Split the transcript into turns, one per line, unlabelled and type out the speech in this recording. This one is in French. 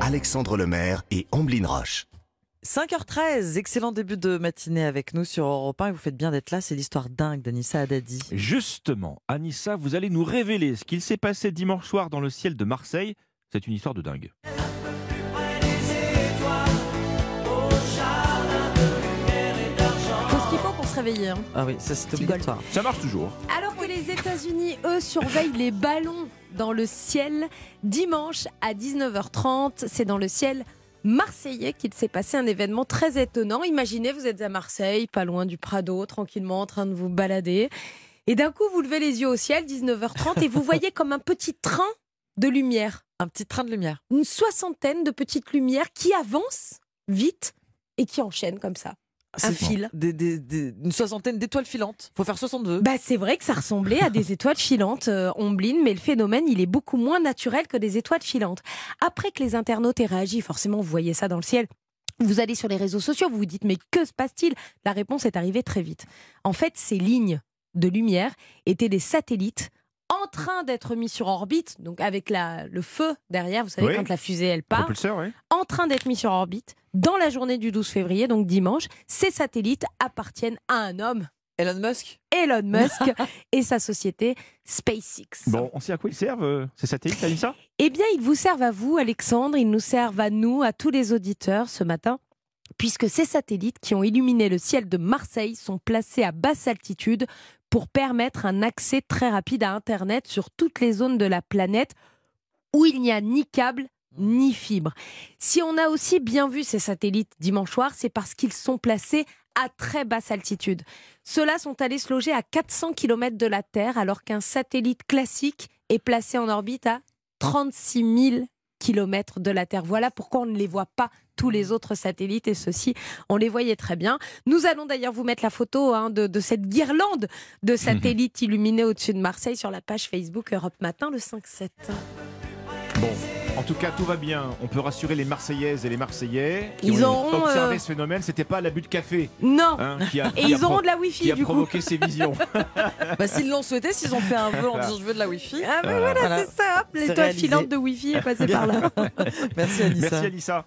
Alexandre Lemaire et Amblin Roche.
5h13, excellent début de matinée avec nous sur Europe 1 et vous faites bien d'être là, c'est l'histoire dingue d'Anissa Haddadi.
Justement, Anissa, vous allez nous révéler ce qu'il s'est passé dimanche soir dans le ciel de Marseille. C'est une histoire de dingue.
Faut ce qu'il faut pour se réveiller. hein.
Ah oui, ça c'est
Petit
obligatoire.
Ça marche toujours.
Alors que les États-Unis, eux, surveillent les ballons dans le ciel, dimanche à 19h30, c'est dans le ciel marseillais qu'il s'est passé un événement très étonnant. Imaginez, vous êtes à Marseille, pas loin du Prado, tranquillement en train de vous balader. Et d'un coup, vous levez les yeux au ciel, 19h30, et vous voyez comme un petit train de lumière,
Un petit train de lumière.
une soixantaine de petites lumières qui avancent vite et qui enchaînent comme ça.
Ah,
Un
C'est-
fil.
Des- des- des- une soixantaine d'étoiles filantes. Faut faire 62.
Bah, c'est vrai que ça ressemblait à des étoiles filantes, euh, Omblin, mais le phénomène, il est beaucoup moins naturel que des étoiles filantes. Après que les internautes aient réagi, forcément, vous voyez ça dans le ciel. Vous allez sur les réseaux sociaux, vous vous dites, mais que se passe-t-il La réponse est arrivée très vite. En fait, ces lignes de lumière étaient des satellites en train d'être mis sur orbite, donc avec la, le feu derrière, vous savez,
Oui.
quand la fusée, elle part
Propulseur, oui.
en train d'être mis sur orbite dans la journée du 12 février, donc dimanche. Ces satellites appartiennent à un homme,
Elon Musk
Elon Musk, et sa société SpaceX.
Bon, on sait à quoi ils servent, euh, ces satellites, Anissa
Eh bien, ils vous servent à vous, Alexandre, ils nous servent à nous, à tous les auditeurs ce matin, puisque ces satellites qui ont illuminé le ciel de Marseille sont placés à basse altitude pour permettre un accès très rapide à Internet sur toutes les zones de la planète où il n'y a ni câble ni fibre. Si on a aussi bien vu ces satellites dimanche soir, c'est parce qu'ils sont placés à très basse altitude. Ceux-là sont allés se loger à 400 km de la Terre, alors qu'un satellite classique est placé en orbite à 36 000 km de la Terre. Voilà pourquoi on ne les voit pas tous les autres satellites et ceux-ci, on les voyait très bien. Nous allons d'ailleurs vous mettre la photo hein, de, de cette
Mhm.
guirlande de satellites illuminés au-dessus de Marseille sur la page Facebook Europe Matin le 5-7.
Bon, en tout cas, tout va bien. On peut rassurer les Marseillaises et les Marseillais. qui
Ils
ont
auront,
observé
euh,
ce phénomène. C'était pas l'abus de café
Non
hein, qui a,
Et
qui a
ils auront
pro-
de la
qui
Wi-Fi
a
du coup.
provoqué ces visions.
Bah s'ils l'ont souhaité, s'ils ont fait un vœu en disant je veux de la Wi-Fi.
Ah
Euh,
ben voilà,
Voilà.
c'est ça, hop,
C'est
l'étoile
réalisé.
filante de Wi-Fi est passée par là.
Merci Anissa.
Merci, Anissa.